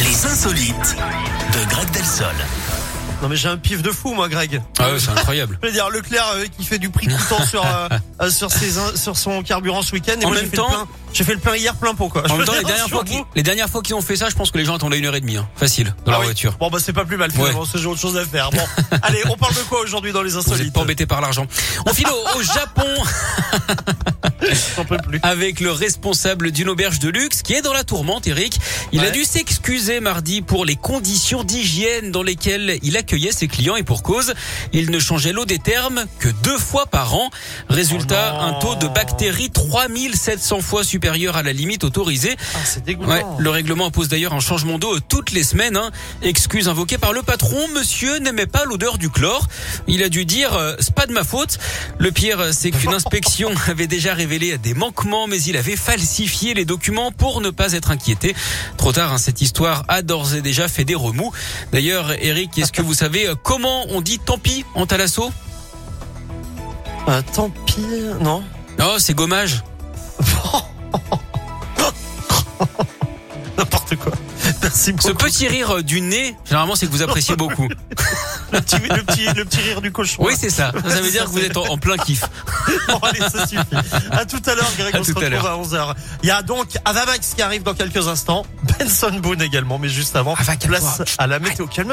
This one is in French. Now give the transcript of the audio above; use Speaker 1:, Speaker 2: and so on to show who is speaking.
Speaker 1: insolites de Greg Delsol.
Speaker 2: Non mais j'ai un pif de fou moi Greg.
Speaker 3: Ah ouais, c'est incroyable.
Speaker 2: Je veux dire Leclerc euh, qui fait du prix tout le temps sur euh, euh, sur ses in- sur son carburant ce week-end. Et
Speaker 3: En
Speaker 2: moi,
Speaker 3: même
Speaker 2: j'ai fait
Speaker 3: temps-
Speaker 2: le plein- j'ai fait le plein hier plein pot quoi. Je
Speaker 3: En
Speaker 2: veux
Speaker 3: même temps, les
Speaker 2: dire,
Speaker 3: dernières,
Speaker 2: sur
Speaker 3: fois qu'ils,
Speaker 2: vous-
Speaker 3: les dernières fois qu'ils ont fait ça, je pense que les gens attendaient une heure et demie, hein. facile, dans
Speaker 2: Ah
Speaker 3: la
Speaker 2: oui.
Speaker 3: voiture.
Speaker 2: Bon bah c'est pas plus mal finalement, parce que j'ai autre chose à faire. Bon, allez, on parle de quoi aujourd'hui dans les
Speaker 3: Vous n'êtes
Speaker 2: insolites
Speaker 3: pas embêté par l'argent. On file au, au Japon
Speaker 2: J'en peux plus.
Speaker 3: avec le responsable d'une auberge de luxe qui est dans la tourmente, Eric. Il a
Speaker 2: Ouais.
Speaker 3: dû s'excuser mardi pour les conditions d'hygiène dans lesquelles il accueillait ses clients et pour cause, il ne changeait l'eau des thermes que deux fois par an. Résultat,
Speaker 2: Oh non.
Speaker 3: un taux de bactéries 3700 fois supérieur à la limite autorisée.
Speaker 2: Ah, c'est dégoûtant.
Speaker 3: Ouais, le règlement impose d'ailleurs un changement d'eau toutes les semaines. Hein. Excuse invoquée par le patron, monsieur n'aimait pas l'odeur du chlore. Il a dû dire, euh, c'est pas de ma faute. Le pire, euh, c'est qu'une inspection avait déjà révélé des manquements, mais il avait falsifié les documents pour ne pas être inquiété. Trop tard, hein, cette histoire a d'ores et déjà fait des remous. D'ailleurs, Eric, est-ce que vous savez euh, comment on dit tant pis en talasso
Speaker 2: Ah, tant pis, non.
Speaker 3: Oh, c'est gommage.
Speaker 2: N'importe quoi. Merci beaucoup.
Speaker 3: Ce petit rire euh, du nez, généralement, c'est que vous appréciez beaucoup.
Speaker 2: Le petit, le petit, le petit rire du cochon.
Speaker 3: Oui, c'est ça. Ça veut dire que vous êtes en- en plein kiff.
Speaker 2: Bon, allez, ça suffit. À tout à l'heure, Greg.
Speaker 3: À
Speaker 2: on se
Speaker 3: tout à
Speaker 2: retrouve
Speaker 3: l'heure.
Speaker 2: à 11h. Il y a donc Avamax qui arrive dans quelques instants. Benson Boone également, mais juste avant.
Speaker 3: Avak à
Speaker 2: place
Speaker 3: quoi
Speaker 2: à la météo. Calme-